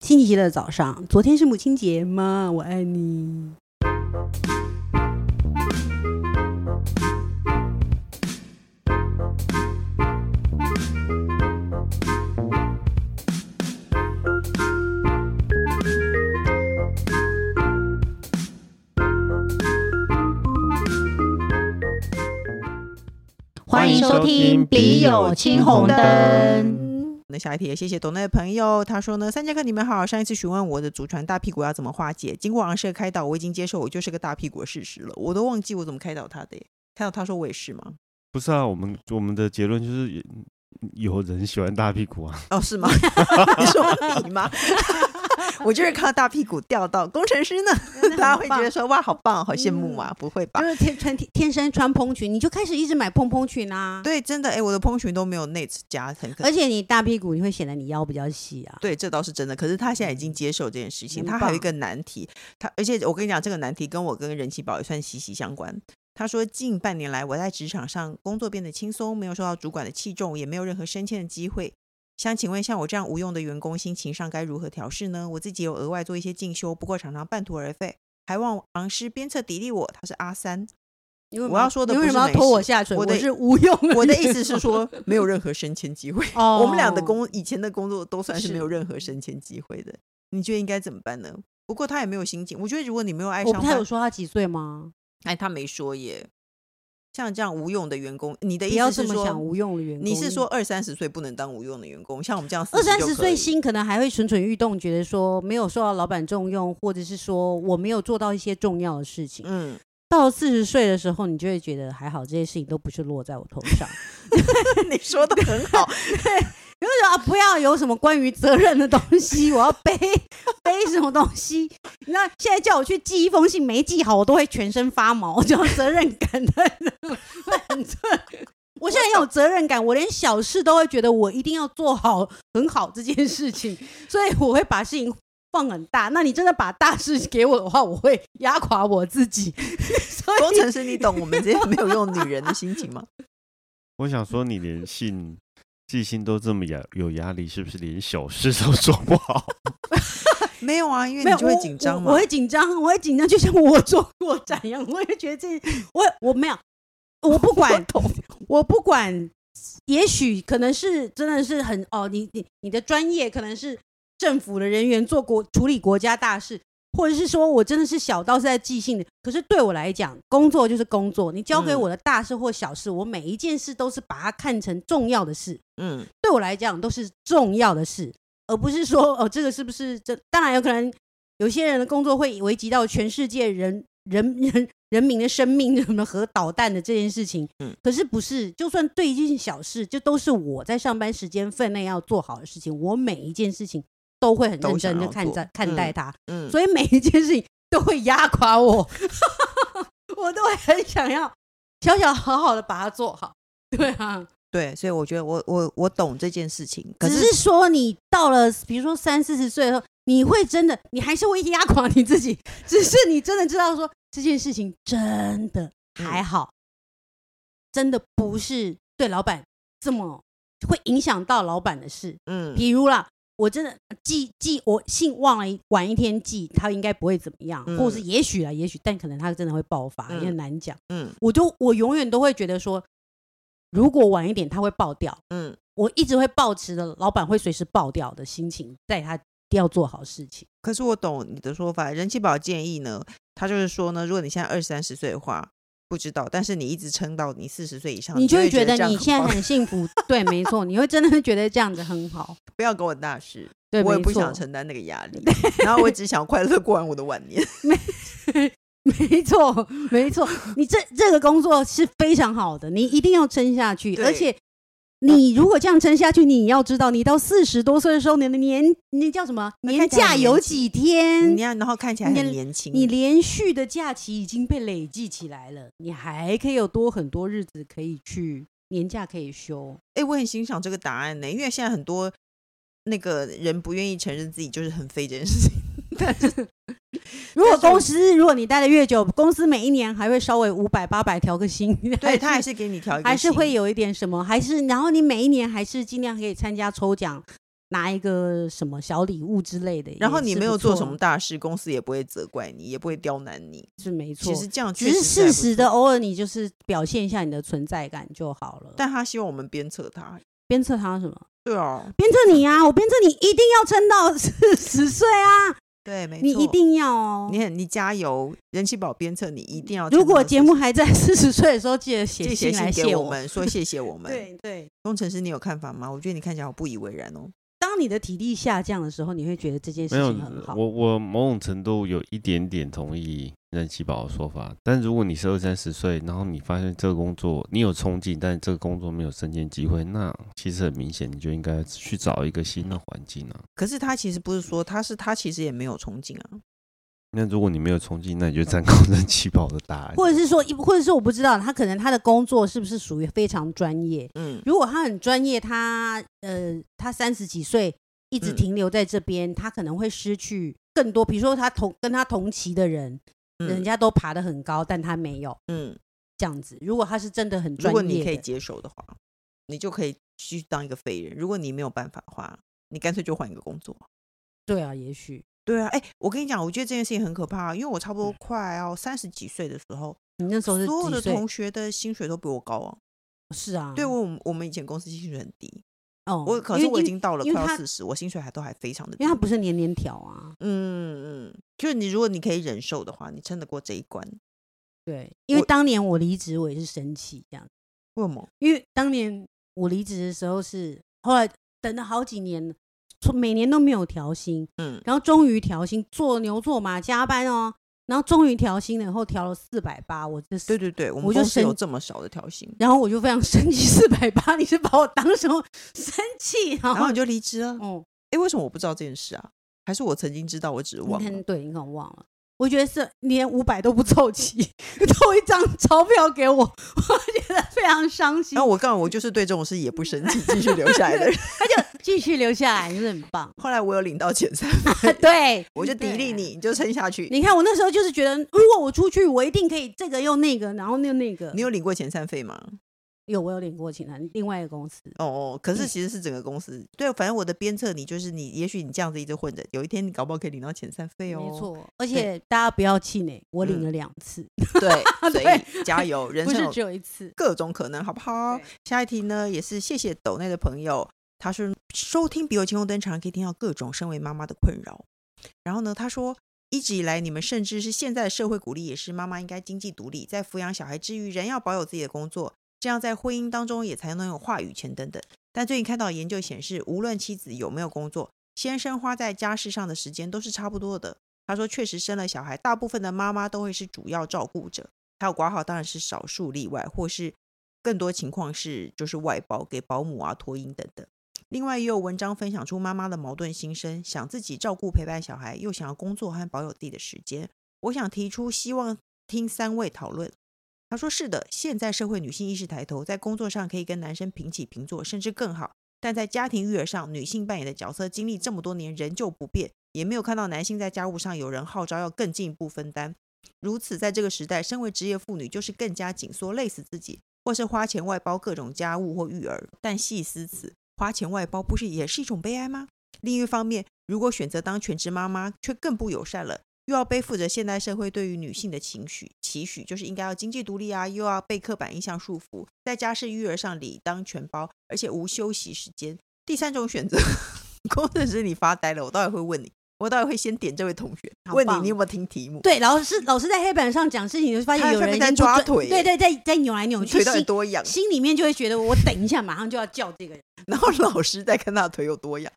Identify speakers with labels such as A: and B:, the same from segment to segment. A: 星期一的早上，昨天是母亲节，妈，我爱你。
B: 欢迎收听《笔友青红灯》。
C: 那下一题也谢谢懂内的朋友，他说呢，三节课你们好，上一次询问我的祖传大屁股要怎么化解，经过昂氏的开导，我已经接受我就是个大屁股的事实了，我都忘记我怎么开导他的耶。开导他说我也是吗？
B: 不是啊，我们我们的结论就是有人喜欢大屁股啊，
C: 哦，是吗？ 你说你吗？ 我就是靠大屁股钓到工程师呢， 大家会觉得说哇，好棒，好羡慕啊！不会吧
A: 就？是天穿天天生穿蓬裙，你就开始一直买蓬蓬裙啊。，
C: 对，真的，哎，我的蓬裙都没有 Nate 加很可
A: 而且你大屁股，你会显得你腰比较细啊。
C: 对，这倒是真的。可是他现在已经接受这件事情，
A: 嗯很
C: 他还有一
A: 棒
C: 个难题，他而且我跟你讲，这个难题跟我跟人气宝也算息息相关。他说，近半年来我在职场上工作变得轻松，没有受到主管的器重，也没有任何升迁的机会。想请问，像我这样无用的员工，心情上该如何调试呢？我自己有额外做一些进修，不过常常半途而废，还望昂师鞭策砥砺我。他是阿三，
A: 你为什么
C: 我要说的
A: 你
C: 不
A: 为
C: 是
A: 什么要
C: 美
A: 拖我
C: 式
A: 下水？
C: 我
A: 我
C: 的
A: 是无用。
C: 我的意思是，说，没有任何升迁机会。
A: 哦
C: 我们俩的工以前的工作都算是没有
A: 是
C: 任何升迁机会的。你觉得应该怎么办呢？不过他也没有心情。我觉得如果你没有爱
A: 我
C: 上
A: 不太
C: 班
A: 有，说他几岁吗？
C: 哎，他没说耶。像这样无用的员工，你的
A: 不
C: 意
A: 要
C: 思
A: 这
C: 是
A: 么想
C: 说，
A: 无用的员工。
C: 你是说二三十岁不能当无用的员工？像我们这样40
A: 二三
C: 就
A: 十
C: 可
A: 岁
C: 以
A: 心可能还会蠢蠢欲动，觉得说没有受到老板重用，或者是说我没有做到一些重要的事情。
C: 嗯，
A: 到四十岁的时候，你就会觉得还好，这些事情都不是落在我头上。
C: 你说的很好。
A: 你会觉得啊，不要有什么关于责任的东西，我要背背什么东西？那现在叫我去寄一封信，没寄好，我都会全身发毛，就有责任感的很重。我现在很有责任感，我连小事都会觉得我一定要做好很好这件事情，所以我会把事情放很大。那你真的把大事给我的话，我会压垮我自己。 所
C: 工
A: 以
C: 程师，你懂我们这些没有用女人的心情吗？
B: 我想说你连信寄信都这么压有压力，是不是连小事都做 不好？
C: 没有啊，因为
A: 没
C: 你
A: 有，
C: 就会
A: 我
C: 紧张
A: 我
C: 嘛
A: 我。会紧张，我会紧张，就像我做过展一样，我也觉得这我我没有，我不管，我不管，也许可能是真的是很哦，你你你的专业可能是政府的人员做国处理国家大事。或者是说我真的是小到是在即兴的，可是对我来讲，工作就是工作。你交给
C: 嗯
A: 我的大事或小事，我每一件事都是把它看成重要的事。
C: 嗯，
A: 对我来讲都是重要的事，而不是说哦，这个是不是这？当然有可能有些人的工作会危及到全世界人人人人民的生命，什么核导弹的这件事情。
C: 嗯
A: 可是不是，就算对一件小事，就都是我在上班时间分内要做好的事情，我每一件事情都会很
C: 都
A: 认真
C: 想
A: 的
C: 要
A: 看
C: 做
A: 待看待它，
C: 嗯，
A: 所以每一件事情都会压垮我， 我都会很想要小小好好的把它做好。对啊，
C: 对，所以我觉得我我我懂这件事情，可
A: 只是说你到了，比如说三四十岁的时候，你会真的，你还是会压垮你自己。只是你真的知道说这件事情真的还好，
C: 嗯
A: 真的不是对老板这么会影响到老板的事。
C: 嗯
A: 比如啦，我真的记记我信忘了一晚一天记，他应该不会怎么样，
C: 嗯
A: 或者是也许啊，也许，但可能他真的会爆发，
C: 嗯
A: 也很难讲。
C: 嗯
A: 我就我永远都会觉得说，如果晚一点他会爆掉。
C: 嗯，
A: 我一直会抱持的老板会随时爆掉的心情，带他要做好事情。
C: 可是我懂你的说法，人气宝建议呢，他就是说呢，如果你现在二三十岁的话，不知道，但是你一直撑到哦你四十岁以上，
A: 你就
C: 会
A: 会觉得
C: 得这样
A: 你现在
C: 棒
A: 很幸福，对，没错，你会真的会觉得这样子很好，
C: 不要给我大事，
A: 对，
C: 我也
A: 没
C: 不
A: 错
C: 想承担那个压力，然后我只想快乐过完我 的晚年。
A: 没错，没错，你这这个工作是非常好的，你一定要撑下去，
C: 对
A: 而且。你如果这样撑下去，你要知道，你到四十多岁的时候，你的年那叫什么
C: 那
A: 年
C: 看起来
A: 假
C: 很
A: 有
C: 年
A: 几
C: 轻
A: 天
C: 你？看，然后看起来
A: 嗯你
C: 很
A: 的
C: 年轻，
A: 你连续的假期已经被累积起来了，你还可以有多很多日子可以去年假可以休。
C: 哎、我很欣赏这个答案呢、因为现在很多那个人不愿意承认自己就是很废这件事情。
A: 如果
C: 但是
A: 公司，如果你待的越久，公司每一年还会稍微五百八百调个薪，
C: 对他还是给你调一个，
A: 还是会，有一点什么，还是然后你每一年还是尽量可以参加抽奖，拿一个什么小礼物之类的。
C: 然后
A: 也
C: 你
A: 是
C: 没
A: 不
C: 有做
A: 错
C: 什么大事，公司也不会责怪你，也不会刁难你。
A: 是没错
C: 其，实这样
A: 只
C: 确
A: 是
C: 实
A: 适
C: 还不
A: 时的
C: 错，
A: 偶尔你就是表现一下你的存在感就好了。
C: 但他希望我们鞭策他。
A: 鞭策他什么？
C: 对哦，
A: 鞭策你啊！我鞭策你一定要撑到四十岁啊！
C: 对，没错，
A: 你一，定要哦。
C: 你很，你加油，人气宝鞭策你一定要撑到40。
A: 如果节目还在四十岁的时候，记得写
C: 这写
A: 来
C: 信
A: 谢
C: 给我
A: 我。
C: 们，说谢谢 我们。，
A: 对对，
C: 工程师，你有看法吗？我觉得你看起来好不以为然哦。
A: 当你的体力下降的时候，你会觉得这件事
B: 没有
A: 情很，好。
B: 我我某种程度有一点点同意任七宝的说法，但如果你是二三十岁，然后你发现这个工作你有冲劲，但这个工作没有升迁机会，那其实很明显，你就应该去找一个新的环境啊。
C: 可是他其实不是说，他是他其实也没有憧憬啊。
B: 那如果你没有冲劲，那你就参考任七宝的答案，
A: 或者是说，或者是我不知道他可能他的工作是不是属于非常专业。
C: 嗯，
A: 如果他很专业，他呃，他三十几岁一直
C: 嗯
A: 停留在这边，他可能会失去更多。比如说，他同跟他同期的人，人
C: 嗯
A: 家都爬得很高，但他没有
C: 嗯，
A: 这样子。如果他是真的很
C: 如
A: 专
C: 果
A: 业
C: 你可以
A: 的
C: 接受的话，你就可以去当一个废人。如果你没有办法的话，你干脆就换一个工作。
A: 对啊，也许
C: 对啊，哎、我跟你讲，我觉得这件事情很可怕，啊因为我差不多快要三十几岁的时候，
A: 你嗯那时候是
C: 所有
A: 几
C: 的
A: 岁？
C: 同学的薪水都比我高哦、
A: 是啊，
C: 对我们，我们以前公司薪水很低，
A: 哦，
C: 我可
A: 因
C: 是
A: 为
C: 我已
A: 因
C: 经到了
A: 因
C: 快
A: 为
C: 要
A: 他
C: 四十，我薪水还都还非常的低。
A: 因为他不是年年调啊，
C: 嗯嗯，就是你如果你可以忍受的话，你撑得过这一关。
A: 对，因为
C: 我
A: 当年我离职，我也是生气这样，
C: 为什么？
A: 因为当年我离职的时候是后来等了好几年，从每年都没有调薪，
C: 嗯，
A: 然后终于调薪，做牛做马加班哦，然后终于调薪了，然后调了四百八，我这
C: 对对对，我们
A: 我就
C: 公司有
A: 生
C: 这么少的调薪，
A: 然后我就非常生气，四百八，你是把我当什么生气？然
C: 然后
A: 后
C: 你就离职了。
A: 哦，
C: 哎，为什么我不知道这件事啊？还是我曾经知道，我啊只是
A: 你
C: 忘
A: 可
C: 了
A: 能。对你可能忘了。我觉得是连五百都不凑齐， 凑一张钞票给我， 我觉得非常伤心
C: 然后。我告诉我就是对这种事也不生气，继续留下来的人。
A: 继续留下来，你是很棒。
C: 后来我有领到前三，
A: 对，
C: 我就砥砺
A: 对。
C: 你，你就撑下去。
A: 你看我那时候就是觉得，如果我出去，我一定可以这个又那个，然后又那个。
C: 你有领过前三费吗？
A: 有我有领过请函，另外一个公司。
C: 哦哦，可是
A: 嗯
C: 其实是整个公司、对，反正我的鞭策你就是你，也许你这样子一直混着，有一天你搞不好可以领到前三费哦。
A: 没，错，而且大家不要气馁，我领了两次，
C: 对，所
A: 对
C: 以 加油，嗯人
A: 不
C: 生
A: 是
C: 有
A: 只有一次。
C: 各种可能，好不好
A: 对？
C: 下一题呢，也是谢谢抖内的朋友，他说收听《比我青红灯》常可以听到各种身为妈妈的困扰。然后呢，他说一直以来你们甚至是现在的社会鼓励也是妈妈应该经济独立，在抚养小孩之余，仍要保有自己的工作，这样在婚姻当中也才能有话语权等等。但最近看到研究显示，无论妻子有没有工作，先生花在家事上的时间都是差不多的。他说，确实生了小孩，大部分的妈妈都会是主要照顾者，还有挂号当然是少数例外，或是更多情况是就是外包给保姆啊、托婴等等。另外也有文章分享出妈妈的矛盾心声，想自己照顾陪伴小孩，又想要工作和保有自己的时间。我想提出，希望听三位讨论。他说：“是的，现在社会女性意识抬头，在工作上可以跟男生平起平坐，甚至更好。但在家庭育儿上，女性扮演的角色经历这么多年仍旧不变，也没有看到男性在家务上有人号召要更进一步分担。如此，在这个时代，身为职业妇女就是更加紧缩，累死自己，或是花钱外包各种家务或育儿。但细思此，花钱外包不是也是一种悲哀吗？另一方面，如果选择当全职妈妈，却更不友善了。又要背负着现代社会对于女性的情绪期许，就是应该要经济独立啊，又要被刻板印象束缚，在家事育儿上理当全包，而且无休息时间。第三种选择， 工程师你发呆了，我待会会问你，我待会会先点这位同学，
A: 好
C: 问你
A: 棒哦
C: 你有没有听题目，
A: 对，老师老师在黑板上讲事情，你会发
C: 他
A: 现有
C: 在
A: 人
C: 在
A: 已经不
C: 抓
A: 准
C: 腿
A: 对对，在在扭来扭
C: 你
A: 去，
C: 腿到底
A: 心
C: 多痒？
A: 心里面就会觉得我等一下马上就要叫这个人。
C: 然后老师在看他的腿有多痒。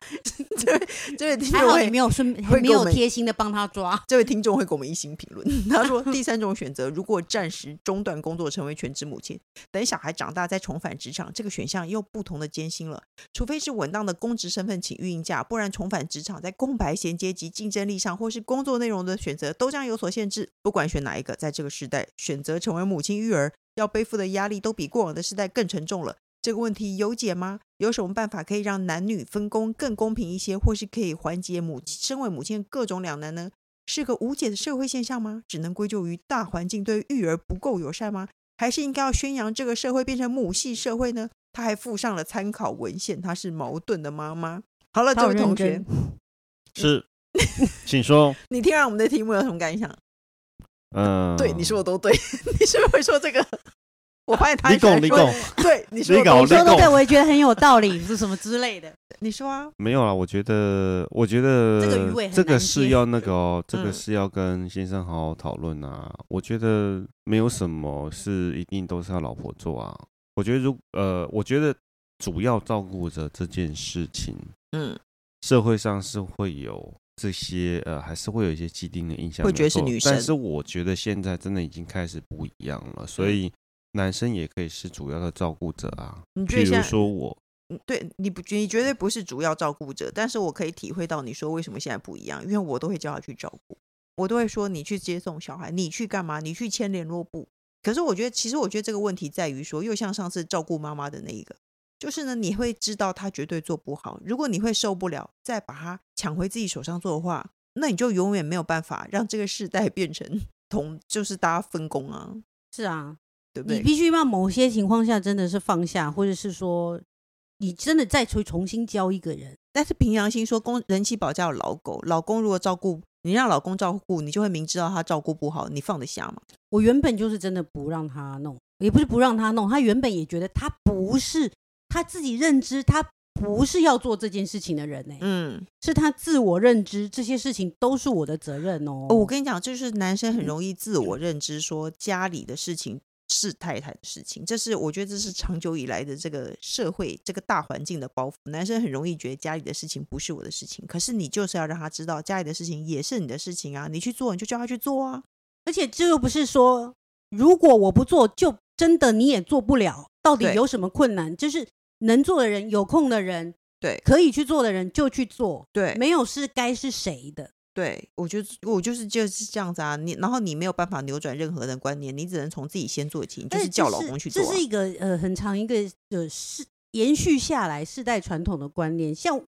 C: 这位这位听
A: 还
C: 众
A: 好你
C: 会
A: 没有顺，
C: 会
A: 没
C: 给我
A: 有
C: 们
A: 贴心的帮他抓。
C: 这位听众会给我们一星评论，他说第三种选择，如果暂时中断工作，成为全职母亲，等小孩长大再重返职场，这个选项又不同的艰辛了。除非是稳当的公职身份请育婴假，不然重返职场在空白衔接及竞争力上，或是工作内容的选择都将有所限制。不管选哪一个，在这个时代，选择成为母亲育儿要背负的压力都比过往的时代更沉重了。这个问题有解吗？有什么办法可以让男女分工更公平一些，或是可以缓解母身为母亲的各种两难呢？是个无解的社会现象吗？只能归咎于大环境对育儿不够友善吗？还是应该要宣扬这个社会变成母系社会呢？他还附上了参考文献，她是矛盾的妈妈。好了，
A: 他
C: 这
A: 有
C: 位同
A: 认
C: 学
A: 真，
B: 是，请说。
C: 你听完我们的题目有什么感想？
B: 嗯，
C: 对，你说的都对， 你是不是会说这个？ 我发现 他
B: 你
C: 很喜欢
B: 讲你
C: 说
B: 讲，
C: 对，你说的
B: 你搞
C: 都
A: 说
C: 对
B: 你
A: 的
B: 讲
A: 对，我也觉得很有道理，是什么之类 的。
C: 你说啊，
B: 没有啦，我觉得，我觉得
A: 这个鱼尾很
B: 这个
A: 难
B: 是
A: 接
B: 要那个哦，这个
C: 嗯
B: 是要跟先生好好讨论啊。我觉得没有什么是一定都是要老婆做啊。我觉得如呃，我觉得主要照顾着这件事情，
C: 嗯，
B: 社会上是会有这些呃，还是会有一些既定的印象，
C: 会觉得是
B: 没错
C: 女
B: 但
C: 生
B: 是我觉得现在真的已经开始不一样了，所以男生也可以是主要的照顾者啊。
C: 你觉
B: 比
C: 得
B: 如
C: 像
B: 说我，
C: 嗯对，你不，你绝对不是主要照顾者，但是我可以体会到你说为什么现在不一样，因为我都会叫他去照顾，我都会说你去接送小孩，你去干嘛，你去签联络部。可是我觉得，其实我觉得这个问题在于说，又像上次照顾妈妈的那一个，就是呢，你会知道他绝对做不好，如果你会受不了，再把他抢回自己手上做的话，那你就永远没有办法让这个世代变成同，就是大家分工啊，
A: 是啊，
C: 对不
A: 你
C: 对？
A: 必须让某些情况下真的是放下，或者是说你真的再去重新教一个人。
C: 但是凭良心说，公人气宝家有老狗，老公如果照顾你，让老公照顾你，就会明知道他照顾不好，你放得下吗？
A: 我原本就是真的不让他弄，也不是不让他弄，他原本也觉得他不是他自己认知，他不是要做这件事情的人呢、
C: 嗯，
A: 是他自我认知这些事情都是我的责任哦。
C: 哦我嗯跟你讲，就是男生很容易自我认知，说家里的事情是太太的事情，这是我觉得这是长久以来的这个社会这个大环境的包袱。男生很容易觉得家里的事情不是我的事情，可是你就是要让他知道，家里的事情也是你的事情啊，你去做你就叫他去做啊。
A: 而且这又不是说如果我不做，就真的你也做不了。到底
C: 对
A: 有什么困难？就是能做的人、有空的人、
C: 对
A: 可以去做的人就去做，
C: 对
A: 没有是该是谁的。
C: 对，我就是我就是就是这样子啊，你然后你没有办法扭转任何人的观念，你只能从自己先做起，你就
A: 但
C: 是叫老公去做、啊
A: 这哎是一个呃很长一个呃世延续下来世代传统的观念。像我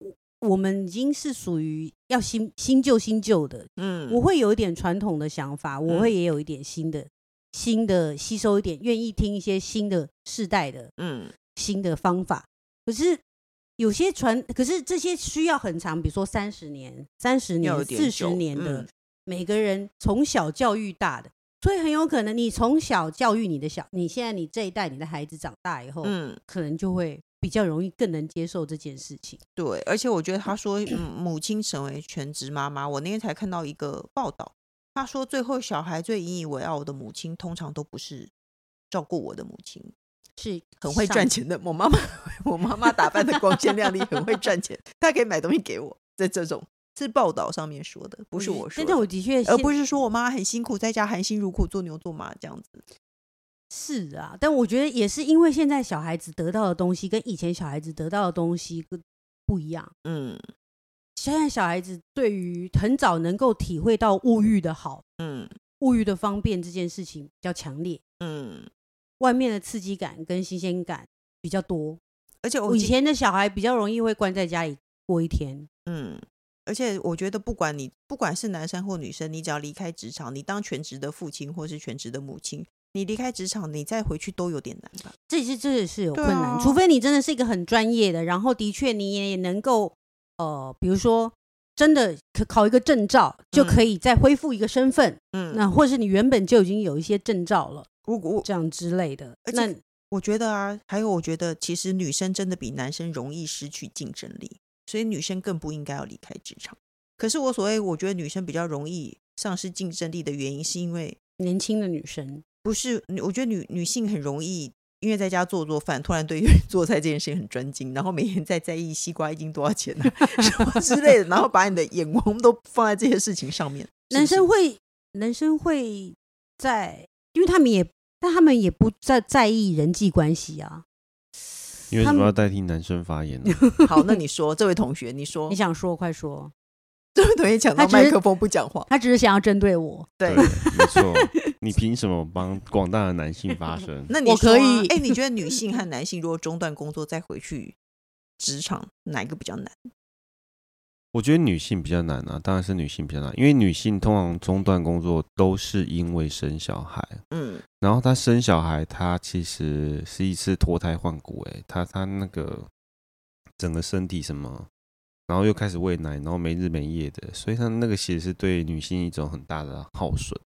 A: 我们已经是属于要新新旧新旧的，
C: 嗯，
A: 我会有一点传统的想法，我会也有一点新的、新的吸收一点，愿意听一些新的世代的
C: 嗯
A: 新的方法。可是有些传，可是这些需要很长，比如说三十年、三十
C: 要有
A: 年、
C: 点
A: 四十
C: 久
A: 年的，
C: 嗯
A: 每个人从小教育大的，所以很有可能你从小教育你的小，你现在你这一代你的孩子长大以后，
C: 嗯，
A: 可能就会比较容易更能接受这件事情。
C: 对，而且我觉得他说、嗯、母亲成为全职妈妈，我那天才看到一个报道，他说最后小孩最引以为傲的母亲，通常都不是照顾我的母亲，
A: 是
C: 很会
A: 上
C: 赚钱的。我妈 妈，我妈妈打扮的光鲜亮丽，很会赚钱，她可以买东西给我，在这种是报道上面说的，不是我说
A: 但
C: 的
A: 是。我的确，
C: 而不是说我妈很辛苦，在家含辛茹苦做牛做马这样子。
A: 是啊，但我觉得也是因为现在小孩子得到的东西跟以前小孩子得到的东西跟不一样。
C: 嗯
A: 现在小孩子对于很早能够体会到物欲的好、
C: 嗯
A: 物欲的方便这件事情比较强烈，
C: 嗯，
A: 外面的刺激感跟新鲜感比较多。
C: 而且我
A: 我以
C: 记
A: 前的小孩比较容易会关在家里过一天，
C: 嗯，而且我觉得不管你不管是男生或女生，你只要离开职场，你当全职的父亲或是全职的母亲，你离开职场，你再回去都有点难吧？
A: 这是这也是有
C: 对
A: 困难，
C: 啊
A: 除非你真的是一个很专业的，然后的确你也能够呃，比如说真的可考一个证照，就
C: 嗯
A: 可以再恢复一个身份。
C: 嗯，
A: 那或是你原本就已经有一些证照了，
C: 我我
A: 这样之类的
C: 而。且
A: 那
C: 我觉得啊，还有我觉得其实女生真的比男生容易失去竞争力，所以女生更不应该要离开职场。可是我所谓我觉得女生比较容易丧失竞争力的原因，是因为
A: 年轻的女生，
C: 不是，女我觉得女女性很容易，因为在家做做饭，突然对于 做菜这件事情很专精，然后每天在在意西瓜一斤多少钱啊什么之类的，然后把你的眼光都放在这些事情上面。是
A: 男
C: 不是
A: 生会，男生会在，因为他们也，但他们也不在在意人际关系啊。
B: 你为
A: 他
B: 什么
A: 们
B: 要代替男生发言啊呢？
C: 好，那你说，这位同学，你说
A: 你，想说，快说。
C: 这位同学抢到
A: 他只
C: 麦
A: 是
C: 克风不讲话，
A: 他只是想要针对我，
C: 对。
B: 没错，你凭什么帮广大的男性发声？
C: 那你
A: 我
C: 说
A: 可
C: 啊
A: 以
C: 哎、你觉得 女性和男性如果中断工作再回去职场，哪一个比较难？
B: 我觉得女性比较难啊，当然是女性比较难，因为女性通常中断工作都是因为生小孩，
C: 嗯，
B: 然后她生小孩，她其实是一次脱胎换骨、欸，她她那个整个身体什么然后又开始喂奶，然后没日没夜的，所以他那个其实是对女性一种很大的耗损。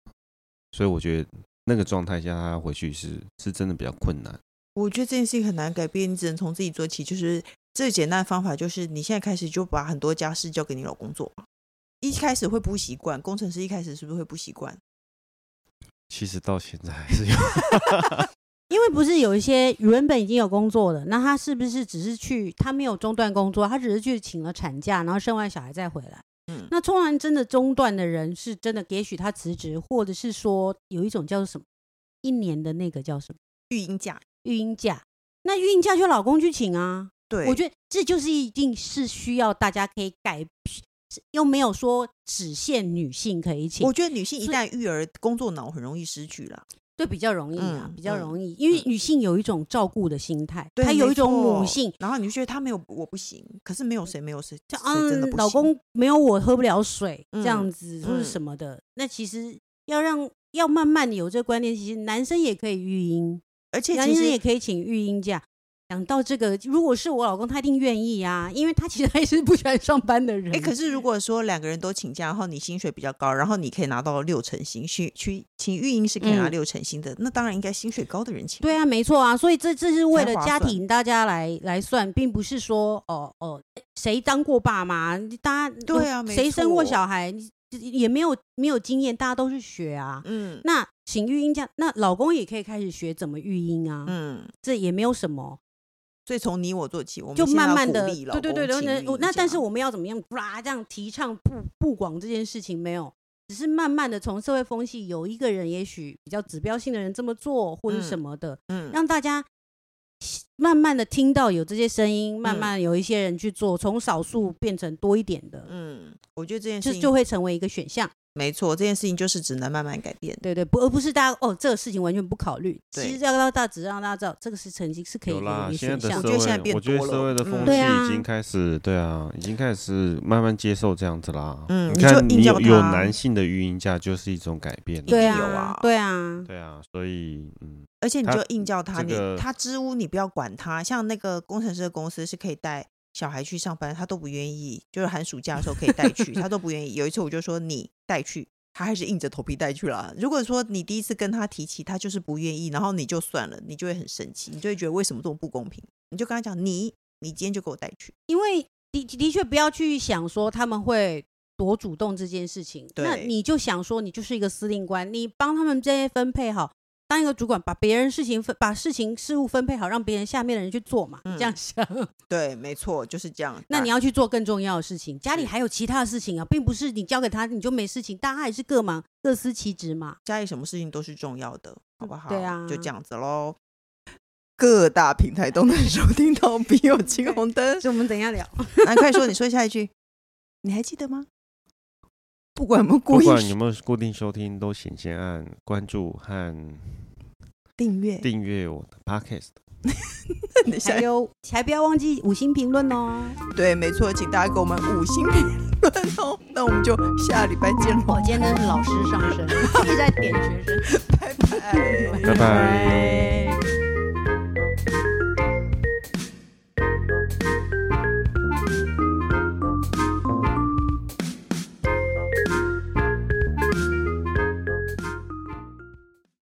B: 所以我觉得那个状态下，他回去是是真的比较困难。
C: 我觉得这件事情很难改变，你只能从自己做起。就是最简单的方法，就是你现在开始就把很多家事交给你老公做。一开始会不习惯，工程师一开始是不是会不习惯？
B: 其实到现在还是有
A: 因为不是有一些原本已经有工作的，那他是不是只是去他没有中断工作，他只是去请了产假，然后生完小孩再回来？
C: 嗯，
A: 那通常真的中断的人是真的，也许他辞职，或者是说有一种叫做什么一年的那个叫什么
C: 育婴假，
A: 育婴假，那育婴假就老公去请啊。
C: 对，
A: 我觉得这就是一定是需要大家可以改，是又没有说只限女性可以请，
C: 我觉得女性一
A: 所以
C: 旦育儿，工作脑很容易失去了。
A: 对比较容易啊，
C: 嗯
A: 比较
C: 嗯
A: 容易，因为
C: 嗯
A: 女性有一种照顾的心态，
C: 对
A: 她有一种母
C: 没错
A: 性，
C: 然后你就觉得他没有我不行，可是没有谁没有谁，
A: 就
C: 谁真的
A: 嗯
C: 不，行
A: 老公没有我喝不了水、
C: 嗯
A: 这样子或者
C: 嗯
A: 什么的。那其实要让要慢慢的有这个观念，其实男生也可以育婴，
C: 而且
A: 男
C: 其
A: 生
C: 实
A: 也可以请育婴假。讲到这个，如果是我老公，他一定愿意啊，因为他其实他也是不喜欢上班的人。
C: 哎、可是
A: 嗯
C: 如果说两个人都请假，然后你薪水比较高，然后你可以拿到六成薪，去去请育婴是可以
A: 嗯
C: 拿六成薪的，那当然应该薪水高的人请。
A: 对啊，没错啊，所以这这是为
C: 才
A: 了
C: 划
A: 家
C: 算
A: 庭大家来来算，并不是说哦哦谁当过爸妈，大家
C: 对
A: 有
C: 啊没
A: 谁生过
C: 错
A: 小孩你也没有没有经验，大家都是学啊。
C: 嗯
A: 那请育婴假，那老公也可以开始学怎么育婴啊，
C: 嗯，
A: 这也没有什么，
C: 所以从你我做起，我们
A: 就
C: 现在
A: 慢
C: 要
A: 慢
C: 鼓
A: 的，
C: 励老
A: 对对对
C: 公请
A: 对，
C: 育
A: 那我
C: 婴
A: 那但
C: 假
A: 是我们要怎么样啦？这样提倡不不广这件事情没有，只是慢慢的从社会风气，有一个人也许比较指标性的人这么做或者
C: 嗯
A: 什么的，
C: 嗯
A: 让大家慢慢的听到有这些声音，慢慢有一些人去做，从少数变成多一点的，
C: 嗯，我觉得这件
A: 就
C: 事情
A: 就会成为一个选项。
C: 没错，这件事情就是只能慢慢改变。
A: 对对，不而不是大家哦，这个事情完全不考虑。
C: 对
A: 其实要让大家只让大家知道，这个是曾经是可以
B: 有啦
A: 一，个
B: 现在
A: 选
B: 的
A: 项
B: 社会，
C: 我觉得现在变
B: 我觉得
C: 多了
B: 社会的风
C: 嗯
B: 气
A: 对啊
B: 已经开始，对啊，已经开始慢慢接受这样子啦。
C: 嗯
B: 你
C: 你就
B: 看
C: 硬
B: 有
C: 叫
B: 有
C: 他
B: 男性的育婴假就是一种改变了，
A: 对
C: 有
A: 啊
C: 啊，
A: 对啊，
B: 对啊，所以嗯，
C: 而且你
B: 他
C: 就硬叫他，
B: 这个
C: 你他支吾你不要管他。像那个工程师的公司是可以带小孩去上班，他都不愿意，就是寒暑假的时候可以带去，他都不愿意。有一次我就说你带去，他还是硬着头皮带去了。如果说你第一次跟他提起，他就是不愿意，然后你就算了，你就会很生气，你就会觉得为什么这么不公平？你就跟他讲，你你今天就给我带去，
A: 因为的的确不要去想说他们会。多主动这件事情，那
C: 对
A: 你就想说，你就是一个司令官，你帮他们这些分配好，当一个主管，把别人事情分，把事情事务分配好，让别人下面的人去做嘛，你这样
C: 嗯
A: 想。
C: 对，没错，就是这样。
A: 那你
C: 要
A: 要去做更重要的事情，家里
C: 是
A: 还有其他的事情啊，并不是你交给他你就没事情，大家还是各忙各司其职嘛。
C: 家里什么事情都是重要的，好不好？
A: 对啊
C: 就这样子喽。各大平台都能 收听到《笔友青红灯》。
A: 所以我们等一下聊。
C: 来，快 说，你说下一句，你还记得吗？不管有没有
B: 不
C: 故意
B: 管有没有固定收听，都请先按关注和
C: 订阅，
B: 订阅我的 podcast。
C: 你下
A: 还
C: 一
A: 有，还不要忘记五星评论哦。
C: 对，没错，请大家给我们五星评论哦。那我们就下礼拜见喽
A: 我，今天真是老师上身，一直在点学生。
C: 拜拜。
B: 拜拜。